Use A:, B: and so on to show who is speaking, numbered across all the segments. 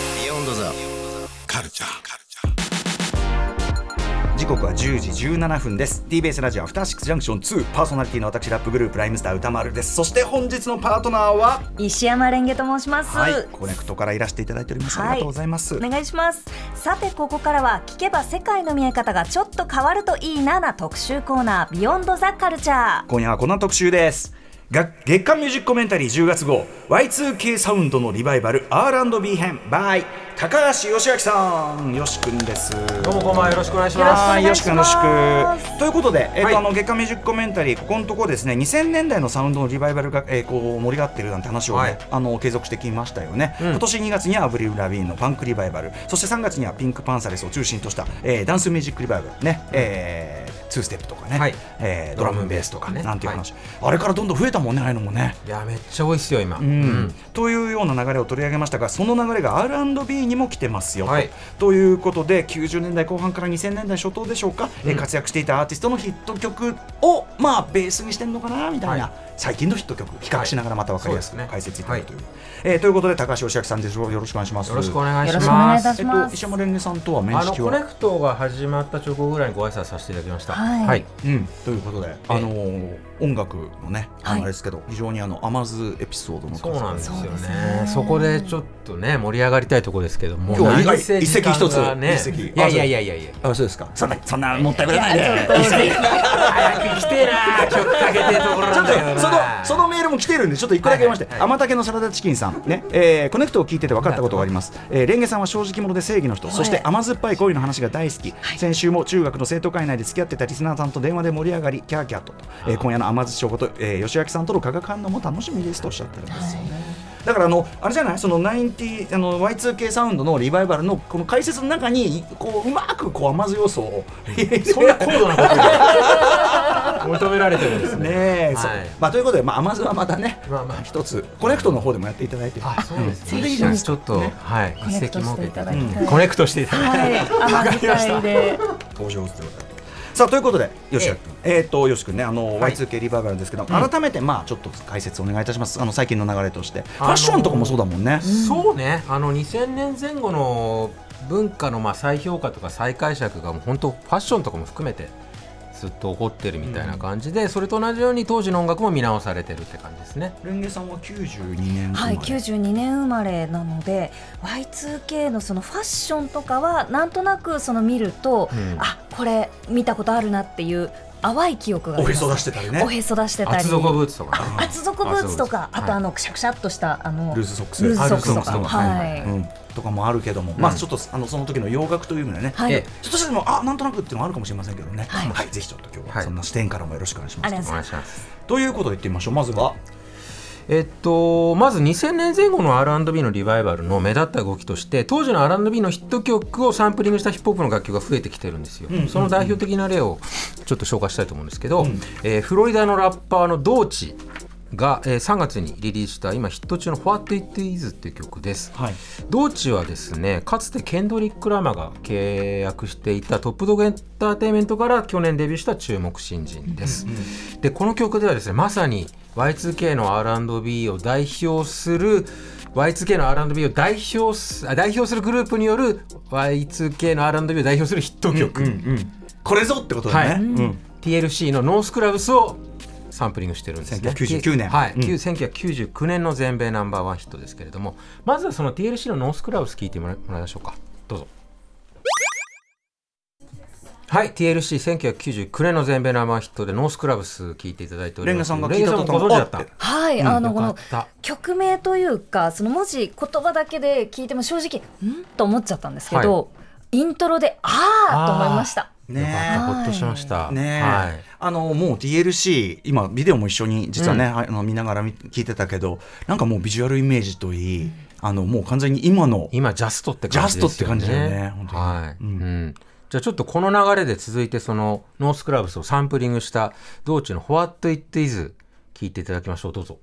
A: ザ
B: カルチャー
A: 時刻は10時17分です TBS ラジオアフターシックスジャンクション2パーソナリティの私ラップグループライムスター歌丸ですそして本日のパートナーは
C: 石山レンゲと申します。
A: はいコネクトからいらしていただいております、
C: はい
A: ありがとうございます
C: お願いしますさてここからは聞けば世界の見え方がちょっと変わるといいなな特集コーナービヨンドザカルチャー
A: 今夜はこんな特集ですが月刊ミュージックコメンタリー10月号 Y2K サウンドのリバイバル R&B 編 by 高橋義明さんよしくんです
D: どうもこんばんはよろしくお願いし
C: よろ
D: ます。
A: はいよろしくよろし
C: お願いしま
A: く。ということで、えっ、と、
D: はい
A: あの月刊ミュージックコメンタリー、ここのところですね、2000年代のサウンドのリバイバルが、えーこう盛り上がってるなんて話をね、
D: はい
A: あの継続してきましたよね。今年2月にはアブリルラビーンのパンクリバイバル、そして3月にはピンクパンサレスを中心とした、えーダンスミュージックリバイバルね、えーツーステップとかね、
D: はい
A: えードラムベースとかね、
D: ド
A: な
D: ラ
A: ん
D: ム
A: てい
D: ベ
A: う
D: ースとかね
A: 話、あれからどんどん増えたもんね、ああいうのもね。
D: いやめっちゃ多いっすよ今。う
A: うん。というような流れを取り上げましたがその流れが R&B にも来てますよと,、
D: はいい、
A: うことで90年代後半から2000年代初頭でしょうか、えー活躍していたアーティストのヒット曲を、まあ、ベースにしてるのかなみたいな、
D: はい
A: 最近のヒット曲比較しながらまた分かりやす
D: そ
A: く
D: うですね
A: 解説いただくという、えーということで高橋義明さんですよろしくお願いします
D: よろしくお願い
C: よ
D: し
C: ろしくお願
D: ま
C: いいた
D: す。
C: し
A: えっ
C: ま
A: と、
C: す、
A: 石山レンゲさんとは面
D: あの
A: 識
D: コ
A: は
D: ネクトが始まった直後ぐらいにご挨拶させていただきました。
C: はい
A: うん、ということで、あのー音楽のね、あ
C: は
A: の
C: い
A: あれですけど、非常にあの甘酢エピソードの数
D: そうなんですよ
C: そうです
D: ね
C: ね
D: そこでちょっとね盛り上がりたいとこですけども
A: 今日は意外
D: 何せ時間がね
A: 一石一つ一石
D: いやいやいやいやいや
A: あ、そうですか。そんな、そんなもったいぶらないで。
D: 早く来てな曲かけてと ころ
A: ちょっ
D: なん
A: と
D: だけど
A: その
D: な
A: そのメールも来てるんでちょっと一個だけ言いまして
D: はいはいはい
A: 天竹のサラダチキンさんね、えーコネクトを聞いてて分かったことがあります、えー、レンゲさんは正直者で正義の人そして甘酸っぱい恋の話が大好き、先週も中学の生徒会内で付き合ってたリスナーさんと電話で盛り上がりキャーキャーと、えー今夜の甘酢翔子と、えー、吉明さんとの化学反応も楽しみですとおっしゃってるんですよね、だからあのあれじゃないその90あの Y2K サウンドのリバイバルのこの解説の中にこううまくこう甘酢要素を
D: そんな高度なこと言う求められてるんですね
A: ねえ、そう
D: はい
A: まあということで、まあ、甘酢はまたね、
D: まあまあ
A: 一つコネクトの方でもやっていただいて
D: あそうです
C: うん
D: ね
C: ぜひ
D: じゃあちょっと
A: ね
D: はい
C: コネクトしていただきたい
A: 一石
D: コネクトしていただいて
C: はい甘酸っぱいで
A: 登場でございますさあということで吉田君えっ、と吉田君ねあの、
D: はい
A: Y2K リバイバルですけど、改めてまあちょっと解説お願いいたしますあの最近の流れとして、ファッションとかもそうだもんね、
D: そうねあの2000年前後の文化のまあ再評価とか再解釈がもう本当ファッションとかも含めてずっと起こってるみたいな感じで、それと同じように当時の音楽も見直されてるって感じですね。
A: レンゲさんは92年生ま
C: は
A: れ
C: い、92年生まれなので Y2K のそのファッションとかはなんとなくその見ると、
D: うん
C: あこれ見たことあるなっていう淡い記憶があ
A: おへ
C: ります
A: そ出してたりね
C: おへそ出してたり
D: 厚底ブーツとかね、
C: 厚底ブーツとか
D: 厚底ブーツ
C: あとあのくしゃくしゃっとしたあの
A: ルーズソックス
C: ルーズソックスと
D: あルーズソ
C: か
D: ックスとか
C: は
D: はい
C: い
A: うん、とかもあるけども、
D: ん
A: まあちょっとあのその時の洋楽という意味でね、
C: はい
D: え
A: ちょっとしてもあなんとなくっていうのはあるかもしれませんけどね、は、
C: はいい
A: ぜひちょっと今日
D: は
A: はいそんな視点からもよろしくお願いしま
C: あ
A: す。
C: りがとうご
D: お
C: ざいま
D: 願い
C: す
D: します。
A: ということで言ってみましょうまずは
D: えっとまず2000年前後の R&B のリバイバルの目立った動きとして当時の R&B のヒット曲をサンプリングしたヒップホップの楽曲が増えてきてるんですよ、その代表的な例をちょっと紹介したいと思うんですけど、えーフロリダのラッパーのドーチが、えー3月にリリースした今ヒット中の「What It Is」っていう曲です、
A: はい
D: ドーチはですねかつてケンドリック・ラマーが契約していたトップドッグエンターテインメントから去年デビューした注目新人です、でこの曲ではですねまさに Y2K の R&B を代表する Y2K の R&B を代表すあ代表するグループによる Y2K の R&B を代表するヒット曲、
A: これぞってことだね。
D: は
A: う
D: い
A: ん、
D: TLC の「ノースクラブス」をサンプリングしてるんですね
A: 1999年
D: はい、
A: うん
D: 1999年の全米ナンバーワンヒットですけれどもまずはその TLC の「ノースクラブス」聞いてもらもらいましょうかどうぞはい TLC1999 年の全米ナンバーワンヒットで「ノースクラブス」聞いていただいており
A: レン
D: ま
A: ガ
D: す
A: さんが
D: レ
A: 聞い
D: ンガ
A: た
D: さん
A: こ
D: も
A: と
D: ご
A: も
D: 存知だった
A: あって
C: はい、あのこ
D: よ
C: の
D: かった
C: 曲名というかその文字言葉だけで聞いても正直んと思っちゃったんですけど、イントロであーと思いました
D: よかった
A: ね
D: ほっとしました
A: え。ねえ、
D: はい
A: あのもう DLC 今ビデオも一緒に実はね、あの見ながら見聞いてたけどなんかもうビジュアルイメージといい、あのもう完全に今の
D: 今ジャストって感じですよね
A: ジャストって感じだよね本当に
D: はい、
A: う
D: うんんじゃあちょっとこの流れで続いてそのノースクラブスをサンプリングした道中の「What It Is」聞いていただきましょうどうぞ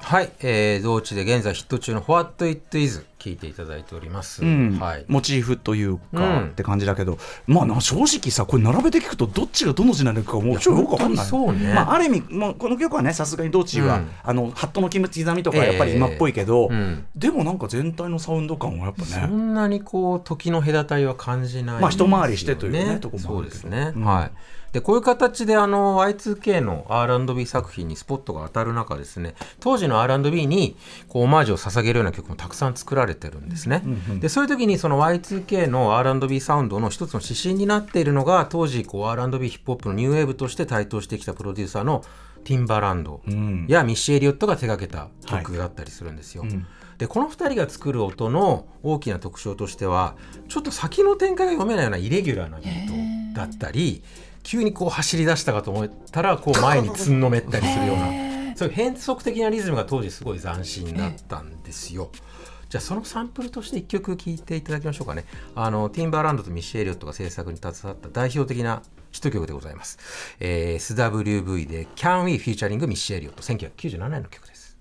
D: はい、えー、同地で現在ヒット中の「What It Is」聞いていただいております、
A: うん
D: はい、
A: モチーフというか、
D: うん
A: って感じだけど、まあな、正直さこれ並べて聞くとどっちがどの字なのかもうちょっとよくわかんない。
D: 本当にそうね
A: まあ、ある意味、もうこの曲はねさすがに道中は、
D: うん
A: あのハットの気持ち刻みとかやっぱり今っぽいけど、
D: ええうん
A: でもなんか全体のサウンド感はやっ
D: そ
A: ぱね。
D: んなにこう時の隔たりは感じない、
A: まあ一回りしてというねとこも
D: そ
A: あ
D: う
A: る
D: で
A: けど
D: すね、
A: うん
D: はいでこういう形であの Y2K の R&B 作品にスポットが当たる中ですね当時の R&B にこうオマージュを捧げるような曲もたくさん作られてるんですね、でそういう時にその Y2K の R&B サウンドの一つの指針になっているのが当時こう R&B ヒップホップのニューウェーブとして台頭してきたプロデューサーのティンバランド
A: うん
D: やミッシー・エリオットが手掛けた曲だったりするんですよ。
A: ん
D: でこの2人が作る音の大きな特徴としてはちょっと先の展開が読めないようなイレギュラーなビートだったり急にこう走り出したかと思ったらこう前につんのめったりするよう なそういう変則的なリズムが当時すごい斬新だったんですよ。じゃあそのサンプルとして1曲聴いていただきましょうかねあのティンバーランドとミッシェル・エリオットが制作に携わった代表的なヒット曲でございます、えー SWV で「Can We」フィーチャリングミッシェル・エリオット1997年の曲です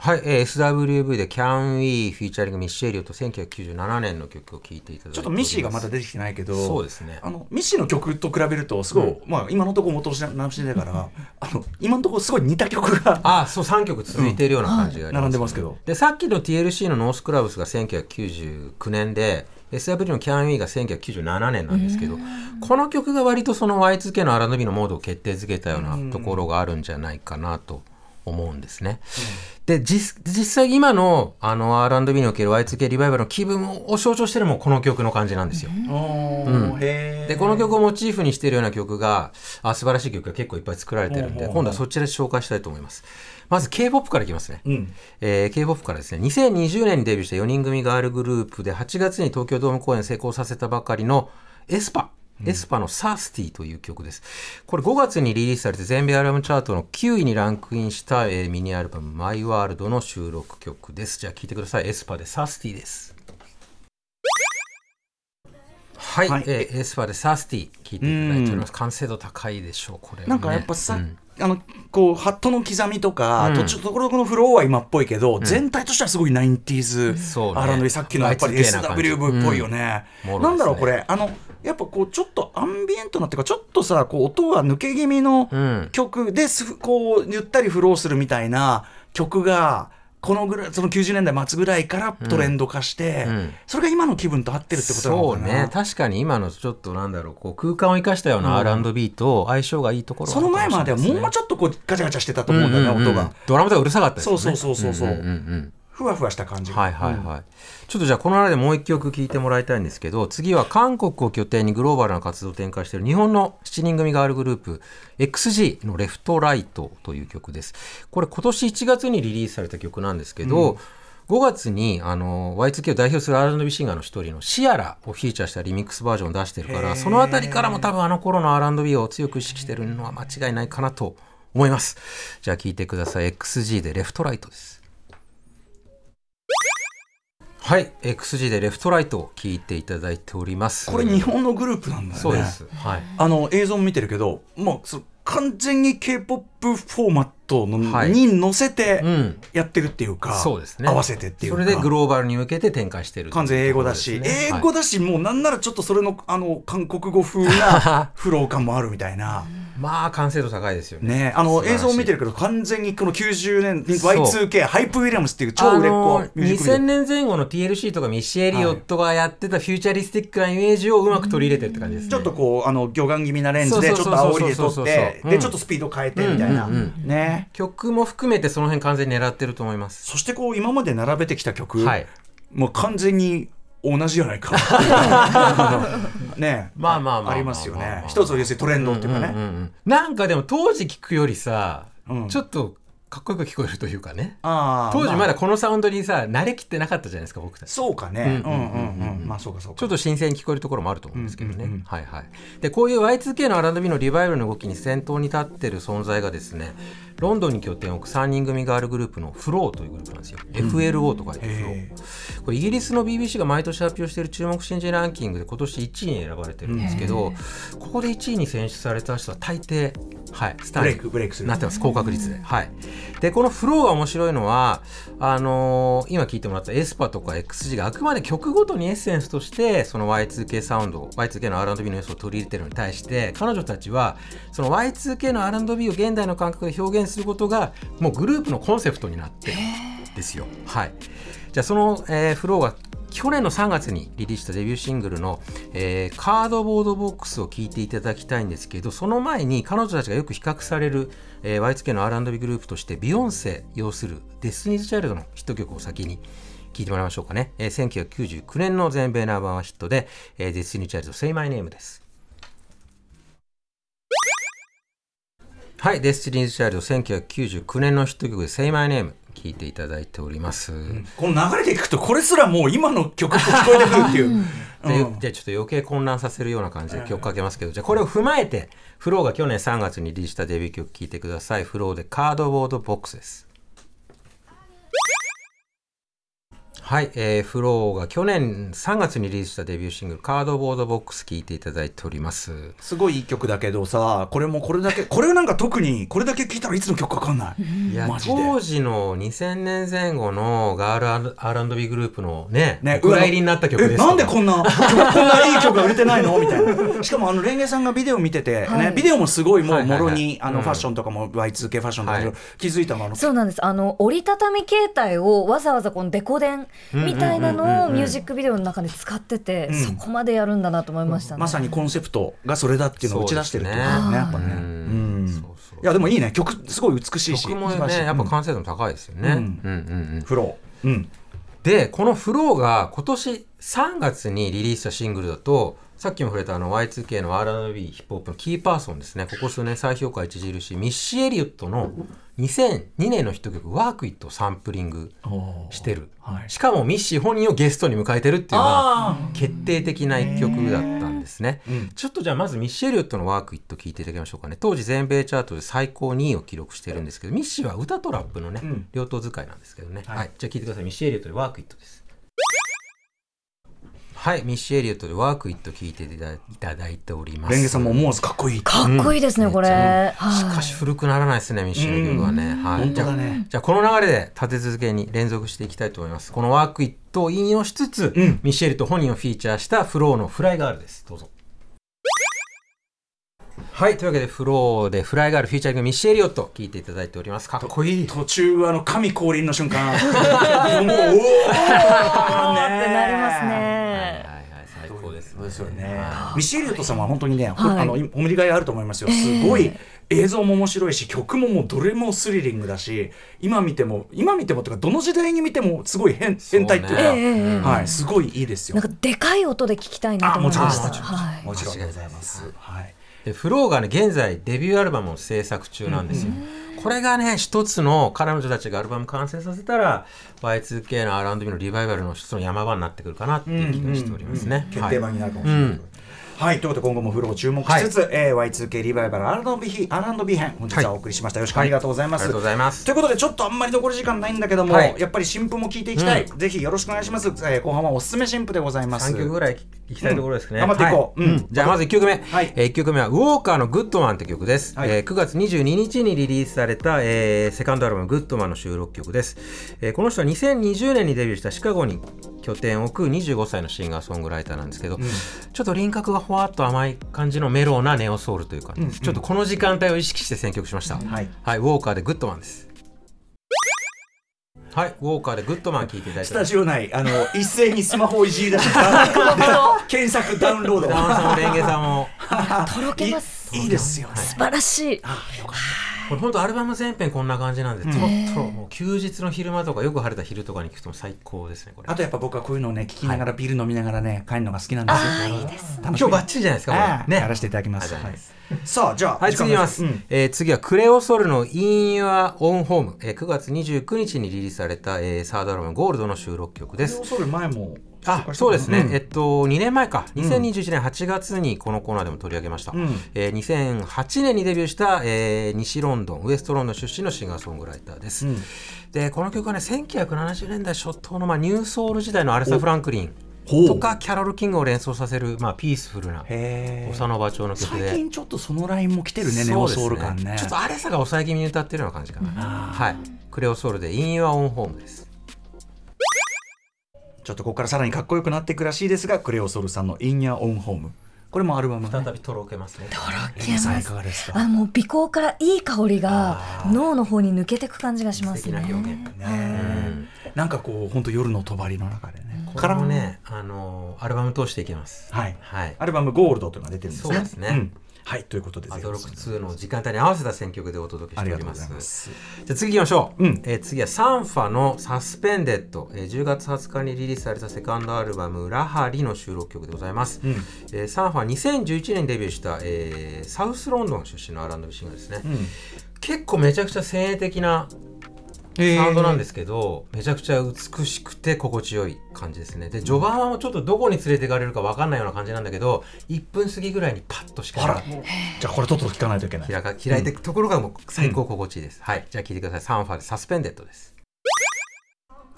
D: はい、えー SWV で「Can We」フィーチャリングミッシェル・エリオット1997年の曲を聴いていただいて
A: ちょっとミッシーがまだ出てきてないけど
D: そうですね
A: あのミッシーの曲と比べるとすごい、
D: うん
A: まあ、今のところ元し直してだからあの今のところすごい似た曲が
D: あそう3曲続いているような感じがあります、
A: 並んでますけど。
D: でさっきの TLC のノースクラブスが1999年で SW の Can We が1997年なんですけどこの曲が割とその Y2K の R&B のモードを決定づけたようなところがあるんじゃないかなと思うんですね。で実実際今のあの R&B における Y2K リバイバルの気分を象徴してるのもこの曲の感じなんですよ。
A: おーへー
D: でこの曲をモチーフにしているような曲があ素晴らしい曲が結構いっぱい作られてるんで
A: ほうほうほう
D: 今度はそちらで紹介したいと思いますまず K-POP からいきますね、
A: ん
D: えー K-POP からですね2020年にデビューした4人組ガールグループで8月に東京ドーム公演成功させたばかりのエスパエスパの「サースティという曲です。これ5月にリリースされて全米アルバムチャートの9位にランクインした、えーミニアルバム「マイワールドの収録曲です。じゃあ聴いてください。エスパで「サースティです。はい、
A: はい
D: えーエスパーでサースティ聞いていただいております。完成度高いでしょう、これはね、
A: なんかやっぱさ、
D: うん
A: あのこうハットの刻みとか、
D: うん
A: 途中ところどころのフローは今っぽいけど、全体としてはすごい 90s、
D: そうね
A: R&B さっきのやっぱり
D: Y2K な感じ
A: SWV っぽいよね、
D: うんもろですね
A: なんだろうこれあのやっぱこうちょっとアンビエントなっていうかちょっとさこう音が抜け気味の
D: うん
A: 曲です、こうゆったりフローするみたいな曲がこのぐらいその90年代末ぐらいからトレンド化して、
D: うんうん
A: それが今の気分と合ってるってことなのかな
D: そうね確かに今のちょっとなんだろうこう空間を生かしたような R&B と相性がいいところは
A: その前まではもう
D: ち
A: ちょっとこうガチャガチャしてたと思うんだよね、音が。
D: ドラムとかうるさかったですよね
A: そうそうそうそうそうん
D: んん
A: ふわふわした感じが。
D: はいはいはい、ちょっとじゃあこの中でもう一曲聴いてもらいたいんですけど次は韓国を拠点にグローバルな活動を展開している日本の7人組ガールグループ XG の「レフトライト」という曲ですこれ今年1月にリリースされた曲なんですけど、5月にあの Y2K を代表する R&B シンガーの一人のシアラをフィーチャーしたリミックスバージョンを出してるからそのあたりからも多分あの頃の R&B を強く意識してるのは間違いないかなと思いますじゃあ聴いてください XG で「レフトライト」ですはい、XG でレフトライトを聞いていただいております。
A: これ日本のグループなんだよね。
D: そうです。はい。
A: あの映像も見てるけど、もうそ完全に K-POP フォーマットの、
D: はい
A: に乗せて
D: うん。
A: やってるっていうか、
D: そうですね。
A: 合わせてっていう
D: そ
A: か。
D: れでグローバルに向けて展開してる。
A: 完全英語だし、英語
D: だ。
A: だし、もうなんならちょっとそれのあの韓国語風な フロー感もあるみたいな。
D: まあ完成度高いですよね。
A: ねあの
D: 素晴ら
A: 映
D: しい
A: 像を見てるけど、完全にこの90年、
D: そう
A: Y2K、ハイプ・ウィリアムスっていう超売れっ子
D: あの
A: ミュージックビデオ
D: 2000年前後の TLC とかミッシーエリオットがやってたフューチャリスティックなイメージをうまく取り入れてるって感じですね。
A: ちょっとこうあの魚眼気味なレンズでち
D: そ
A: ょ
D: う
A: っと
D: そうそう
A: 煽りで撮っ
D: そうそうそう
A: て
D: そうう
A: で
D: ん
A: ちょっとスピード変えてみたいな
D: うんうん
A: ね
D: 曲も含めてその辺完全に狙ってると思います。
A: そしてこう今まで並べてきた曲
D: はい
A: もう完全に同じじゃないか ね
D: まあまあまあまあまあ
A: ありますよね一つの要するにトレンドっていうか
D: うんう
A: ね
D: んなんかでも当時聞くよりさ、
A: うん
D: ちょっとかっこよく聞こえるというかね。
A: あー
D: 当時ま
A: あ
D: だこのサウンドにさ慣れきってなかったじゃないですか僕たち
A: そうかね
D: う
A: うんんうん
D: ううんうん
A: んうんまあそうかそうか
D: ちょっと新鮮に聞こえるところもあると思うんですけどね、
A: うんうんうん
D: はいはいでこういう Y2K の R&B のリバイバルの動きに先頭に立ってる存在がですねロンドンに拠点を置く3人組ガールグループのフローというグループなんですよ、FLO と書いてフロー
A: え
D: これイギリスの BBC が毎年発表している注目新人ランキングで今年1位に選ばれてるんですけどここで1位に選出された人は大抵、はい、スタ
A: ブレ
D: ー
A: イクブレイクす
D: に
A: る
D: なってます高確率で。はい、でこのフローが面白いのはあのー今聞いてもらったエスパとか XG があくまで曲ごとにエッセンスとしてその Y2K サウンド Y2K の R&B の要素を取り入れてるのに対して彼女たちはその Y2K の R&B を現代の感覚で表現することがもうグループのコンセプトになってるんですよ。はい、じゃあその、えーフローが去年の3月にリリースしたデビューシングルの、えーカードボードボックスを聴いていただきたいんですけどその前に彼女たちがよく比較される、えー、Y2K の R&B グループとしてビヨンセ擁するデスティニーズ・チャイルドのヒット曲を先に聴いてもらいましょうかね、えー1999年の全米ナンバーワンヒットで、えーデスティニー・チャイルド「Say My Name」ですはい、デスティニーズ・チャイルド1999年のヒット曲で「Say My Name」聴いていただいております、
A: この流れでいくとこれすらもう今の曲と聞こえてくるっていう、
D: でじゃあちょっと余計混乱させるような感じで曲かけますけど、じゃあこれを踏まえてフローが去年3月にリリースしたデビュー曲聴いてくださいフローでカードボードボックスですはい、えー、フローが去年3月にリリースしたデビューシングル「カードボードボックス」聴いていただいております
A: すごいいい曲だけどさこれもこれだけこれなんか特にこれだけ聴いたらいつの曲か分かんない
D: いや
A: マジで
D: 当時の2000年前後のガール R&B グループのね
A: ね
D: お蔵入りになった曲です
A: え
D: とか
A: なんでこんな曲こんないい曲が売れてないのみたいなしかもあのレンゲさんがビデオ見てて、
C: はい
A: ね、ビデオもすごいも
D: は
A: う
D: いはい
A: も
D: はい
A: ろにあ
D: う
A: の
D: ん
A: ファッションとかも Y2K ファッションとかいろいろ
D: は
A: 気づいたのあの
C: そうなんですあの折りたたみ携帯をわざわざこのデコ電みたいなのをミュージックビデオの中で使ってて、
A: うん
C: そこまでやるんだなと思いましたね。
A: まさにコンセプトがそれだっていうのを打ち出してるってことだよ
D: そう
A: ね
D: ですね
A: やっぱね。
D: う
A: うんん
D: そうそう
A: いやでもいいね曲すごい美しいし
D: 曲も
A: 素晴らしい
D: ねやっぱ完成度も高いですよね、
A: うん
D: うんうんうん
A: フロー、うん、
D: でこのフローが今年3月にリリースしたシングルだとさっきも触れたあの Y2K の R&B ヒップホップのキーパーソンですねここ数年再評価著しいミッシー・エリオットの2002年のヒット曲「ワークイットをサンプリングしてる、
A: はい
D: しかもミッシー本人をゲストに迎えてるっていうのは
A: あ
D: 決定的な一曲だったんですね、
A: うん
D: ちょっとじゃあまずミッシェリオットのワークイット聞いていただきましょうかね当時全米チャートで最高2位を記録してるんですけどミッシーは歌とラップのね、
A: うん
D: 両党使いなんですけどね、は
A: はいい
D: じゃあ聞いてくださいミッシェリオットでワークイットですはいミッシェリオットでワークイット聞いていただいただいております
A: レンゲさんも思わずかっこいい
C: かっこいいですね、
D: うん
C: これ。
D: め
C: はい
D: しかし古くならないですねミッシェの曲はね、はい
A: 本当だね
D: じゃあこの流れで立て続けに連続していきたいと思いますこのワークイットを引用しつつ、
A: うん
D: ミシェルと本人をフィーチャーしたフローのフライガールですどうぞはいというわけでフローでフライガールフィーチャリングミッシェリオット聞いていただいておりますかっこいい
A: 途中あの神降臨の瞬 間もうおおー
C: ってなります
D: はいはい
C: ね。
D: はい最高です
A: そう
D: ね
A: ですよね
D: は。
A: ミシェル・エリオット様は本当にね、ほん
C: はい
A: あのいおめでがいあると思いますよ。すごい映像も面白いし、曲ももうどれもスリリングだし、今見ても今見てもとかどの時代に見てもすごい変
D: そ
A: 変
D: うね
A: 態っていう
C: え
A: か、
C: えええええ
A: はい、すごいいいです
C: な
A: よ
C: ん。かでかい音で聞きたいなと思いました。
A: あもちろん
C: はい。
A: もちろんでございます。はい。
D: でフローがね現在デビューアルバムを制作中なんですよ、これがね一つの彼女たちがアルバム完成させたら Y2K の R&B のリバイバルの一つの山場になってくるかなっていう気がしておりますね、
A: 決定版
D: はい
A: になるかもしれない。
D: うん
A: はい、ということで今後もフロー注目しつつ、えー Y2K リバイバル R&B 編本日はお送りしました、よろしくありがとうございます、
D: はいありがとうございます
A: ということでちょっとあんまり残り時間ないんだけども、
D: はい
A: やっぱり新婦も聞いていきたい、ぜひよろしくお願いします、えー後半はおすすめ新婦でございます
D: 3曲ぐらいいきたいところですね、
A: うん頑張っていこう
D: は
A: うん
D: じゃあまず1曲目、
A: はい
D: えー、1曲目はウォーカーの「グッドマン」って曲です、
A: はい
D: えー9月22日にリリースされた、えーセカンドアルバム「グッドマン」の収録曲です、えーこの人は2020年にデビューしたシカゴに拠点を置く25歳のシンガーソングライターなんですけど、ちょっと輪郭がほわっと甘い感じのメロウなネオソウルというか、ちょっとこの時間帯を意識して選曲しました、
A: はい
D: はい、ウォーカーで「グッドマン」ですはい、ウォーカーでグッドマン聞いていただい
A: ス
D: てま
A: タ
D: す。
A: ジオ内あの 一斉にスマホをいじり出して 検索ダウンロード
D: ダウンさんもレンゲさんも
C: とろけます。
A: いいいですよね
C: 素晴らしい。
D: これ本当アルバム全編こんな感じなんで、とろっとろもう休日の昼間とかよく晴れた昼とかに聞くとも最高ですねこれ
A: あとやっぱ僕はこういうのをね聞きながらビール飲みながらね帰るのが好きなんですよ
C: あーいいです
A: 楽しみ
D: 今日バッチリじゃないですか
A: あ
D: こ
A: ー
D: れね
A: やらせていただきます
D: ありがとうございま
A: はいさあじゃあ
D: はい、
A: 時間
D: 次いきます、
A: うん
D: えー次はクレオソルの In Your Own Home、えー9月29日にリリースされた、えーサードアルバム「ゴールドの収録曲で
A: そ
D: す
A: れ前も
D: あそうですね、
A: うん
D: えっと、2年前か、
A: ん
D: 2021年8月にこのコーナーでも取り上げました、
A: うん
D: えー2008年にデビューした、えー西ロンドン、ウエストロンドン出身のシンガーソングライターです。
A: うん
D: で、この曲はね、1970年代初頭の、まあ、ニューソウル時代のアレサ・フランクリン
A: ほう
D: とか、キャロル・キングを連想させる、まあ、ピースフルな、
A: へ
D: ボサ
A: ー
D: ノバ調の曲で。
A: 最近ちょっとそのラインも来てるねネ
D: そう
A: オ
D: です
A: ソウル感ね
D: ちょっとアレサが抑え気味に歌ってるような感じかな。
A: あー
D: はい。クレオソウルで、イン・ユア・オン・ホームです。
A: ちょっとここからさらにかっこよくなっていくらしいですがクレオソルさんの「インヤオンホーム」これもアルバム、ね、
D: 再びとろけますね。
A: レンさんいかがですか
C: あもう鼻孔からいい香りが
D: あー
C: 脳の方に抜けてく感じがしますね
D: 素敵な表現う
A: ね
D: ん
A: なんかこう本当夜の帳の中でね
D: これもね、あのアルバム通していきます。
A: はい
D: はい。
A: アルバム「ゴールド」というのが出てるんですね
D: そうですね
A: んはいということで
D: ア
A: ぜひ
D: ドロック2の時間帯に合わせた選曲でお届け
A: あ
D: して
A: り
D: お
A: が
D: り
A: とう
D: ま
A: ござい
D: す。
A: ます
D: じゃあ次行きましょう。
A: うん
D: えー次はサンファのサスペンデッド、えー10月20日にリリースされたセカンドアルバムラハリの収録曲でございます。
A: うん
D: えーサンファは2011年にデビューした、えーサウスロンドン出身の R&B シンガーですね。
A: うん
D: 結構めちゃくちゃ先鋭的なサウンドなんですけど、めちゃくちゃ美しくて心地よい感じですねで序盤はもうちょっとどこに連れていかれるか分かんないような感じなんだけど1分過ぎぐらいにパッとし
A: あら
D: か
A: じゃあこれとっとと聞かないといけない
D: 開か開いていくところがもう最高心地いいです、はいじゃあ聴いてくださいサンファでサスペンデッドです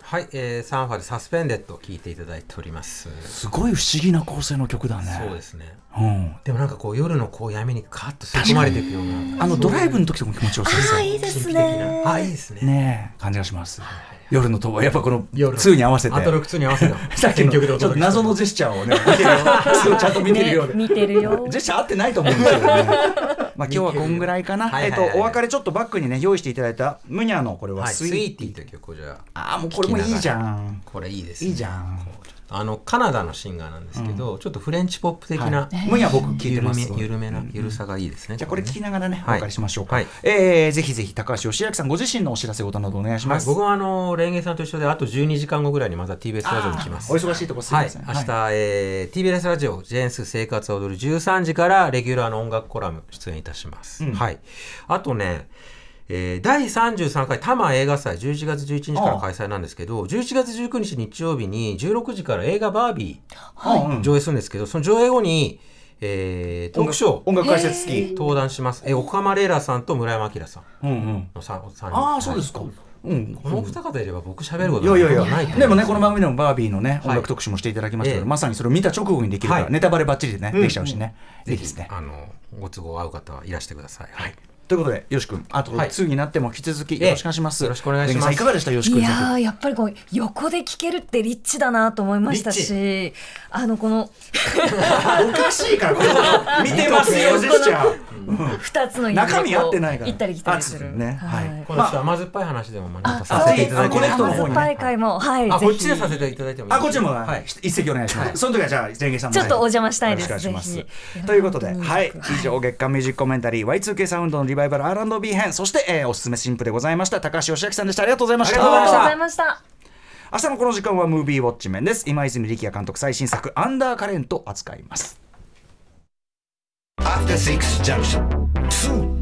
D: はい、えー、サンファでサスペンデッド聴いていただいております
A: すごい不思議な構成の曲だね
D: そうですね
A: うん
D: でもなんかこう夜のこう闇にカーッと吸い込まれていくような
A: あのドライブの時とかも気持ちよさ
C: あ
A: そ
C: あ
A: う
C: いいです
D: 神秘的
C: ね
D: なあいいですね
A: ねえ感じがします夜の帳やっぱこの
D: 夜
A: 2に合わせて
D: あと6つに合わせた
A: さっきのちょっと謎のジェスチャーをね、 見てるよすごいちゃんと見てるようで。
C: ね見てる よ
A: ジェスチャー合ってないと思うん ですけどね。まあ今日はこんぐらいかな。
D: はい
A: え
D: はい
A: っ
D: はい
A: とお別れちょっとバッグにね用意していただいたムニャのこれは
D: はい、
A: ス
D: ス
A: イ
D: イ
A: ーテ
D: ーテ
A: ィ
D: ィ
A: ー
D: ー。という曲じゃあ
A: ああもうこれもいいじゃん。
D: これいいです、
A: いいじゃん。
D: あのカナダのシンガーなんですけど、ちょっとフレンチポップ的な、
A: はいムニャ僕 聞いて
D: 緩
A: ま
D: め
A: す。
D: 緩めな緩さがいいですね、
A: じゃあこれ聞き
D: ね
A: ながらねお
D: はい
A: 別れしましょうか。
D: はい
A: えーぜひぜひ高橋義明さんご自身のお知らせごとなどお願いし
D: は
A: ま
D: い、
A: す。
D: 僕はあのレンゲさんと一緒であと12時間後ぐらいにまた TBS ラジオに来ます
A: お忙しいとこすい
D: は
A: ま
D: い
A: せん。、
D: 明日、えー、TBS ラジオ「ジェンス生活を踊る」13時からレギュラーの音楽コラム出演いたします、
A: うん
D: はいあとねえー、第33回多摩映画祭11月11日から開催なんですけど11月19日日曜日に16時から映画「バービ
A: はいうん
D: ー」上映するんですけどその上映後に、えー、トークショー
A: 音楽解説付き。
D: 登壇しますえー岡間玲ーさんと村山明さん
A: うんうん。
D: の 3, 人
A: ああそうですか
D: はい。
A: うん。
D: このお二方いれば僕喋ること
A: いやいやいや
D: ないと思う
A: でもね、この番組でもバービーのね、
D: はい
A: 音楽特集もしていただきましたけ
D: え
A: ど、
D: え
A: まさにそれを見た直後にできるから、
D: はい
A: ネタバレばっちりでね、
D: うん
A: できちゃうしね。いいですね。
D: あのご都合合う方はいらしてください、はい
A: ということで、よし君、あと
D: はい
A: 2になっても引き続きよろしくお願いします。
D: ええよろしくお願いし
A: レン
D: ます
A: ゲさんいかがでした、よし
C: い
A: 君。
C: やーやっぱりこう横で聴けるってリッチだなと思いましたしあのこの
A: おかしいから、これ見てますよ、ジェスチャー。
C: 2つの指でこう
A: 中身合ってないから。
C: 行ったり来たりす
A: あそう
C: る
A: ですね。は
C: はい
A: い。
D: このちょっと甘酸っぱい話でもまた
C: あ
D: させていただいて
A: そうですねコネクトの
C: 甘
A: 方に
C: 酸っ
A: ね
C: ぱい回もはい
D: あ
C: ぜ
D: こっ
C: ひ
D: ちでさせていただいてもいい
A: あ、こっちも、
D: はい
A: 一席お願いします。その時は、じゃあ、レンゲさんも
C: ちょっとお邪魔したいです
A: よろくお願いしま
C: ぜひ
A: すということで、
C: いや
A: はい、以上、月刊ミュージックコメンタリー、Y2K サウンドのリバイバル R&B 編、そして、えーおすすめ新婦でございました、高橋義明さんでした。ありがとうございまし
D: あ
A: た。
D: りがとうございました
C: ありがとうございました
A: 明日のこの時間はムービーウォッチメンです今泉力也監督最新作「アンダーカレント」扱います
B: After Six Junction. 2.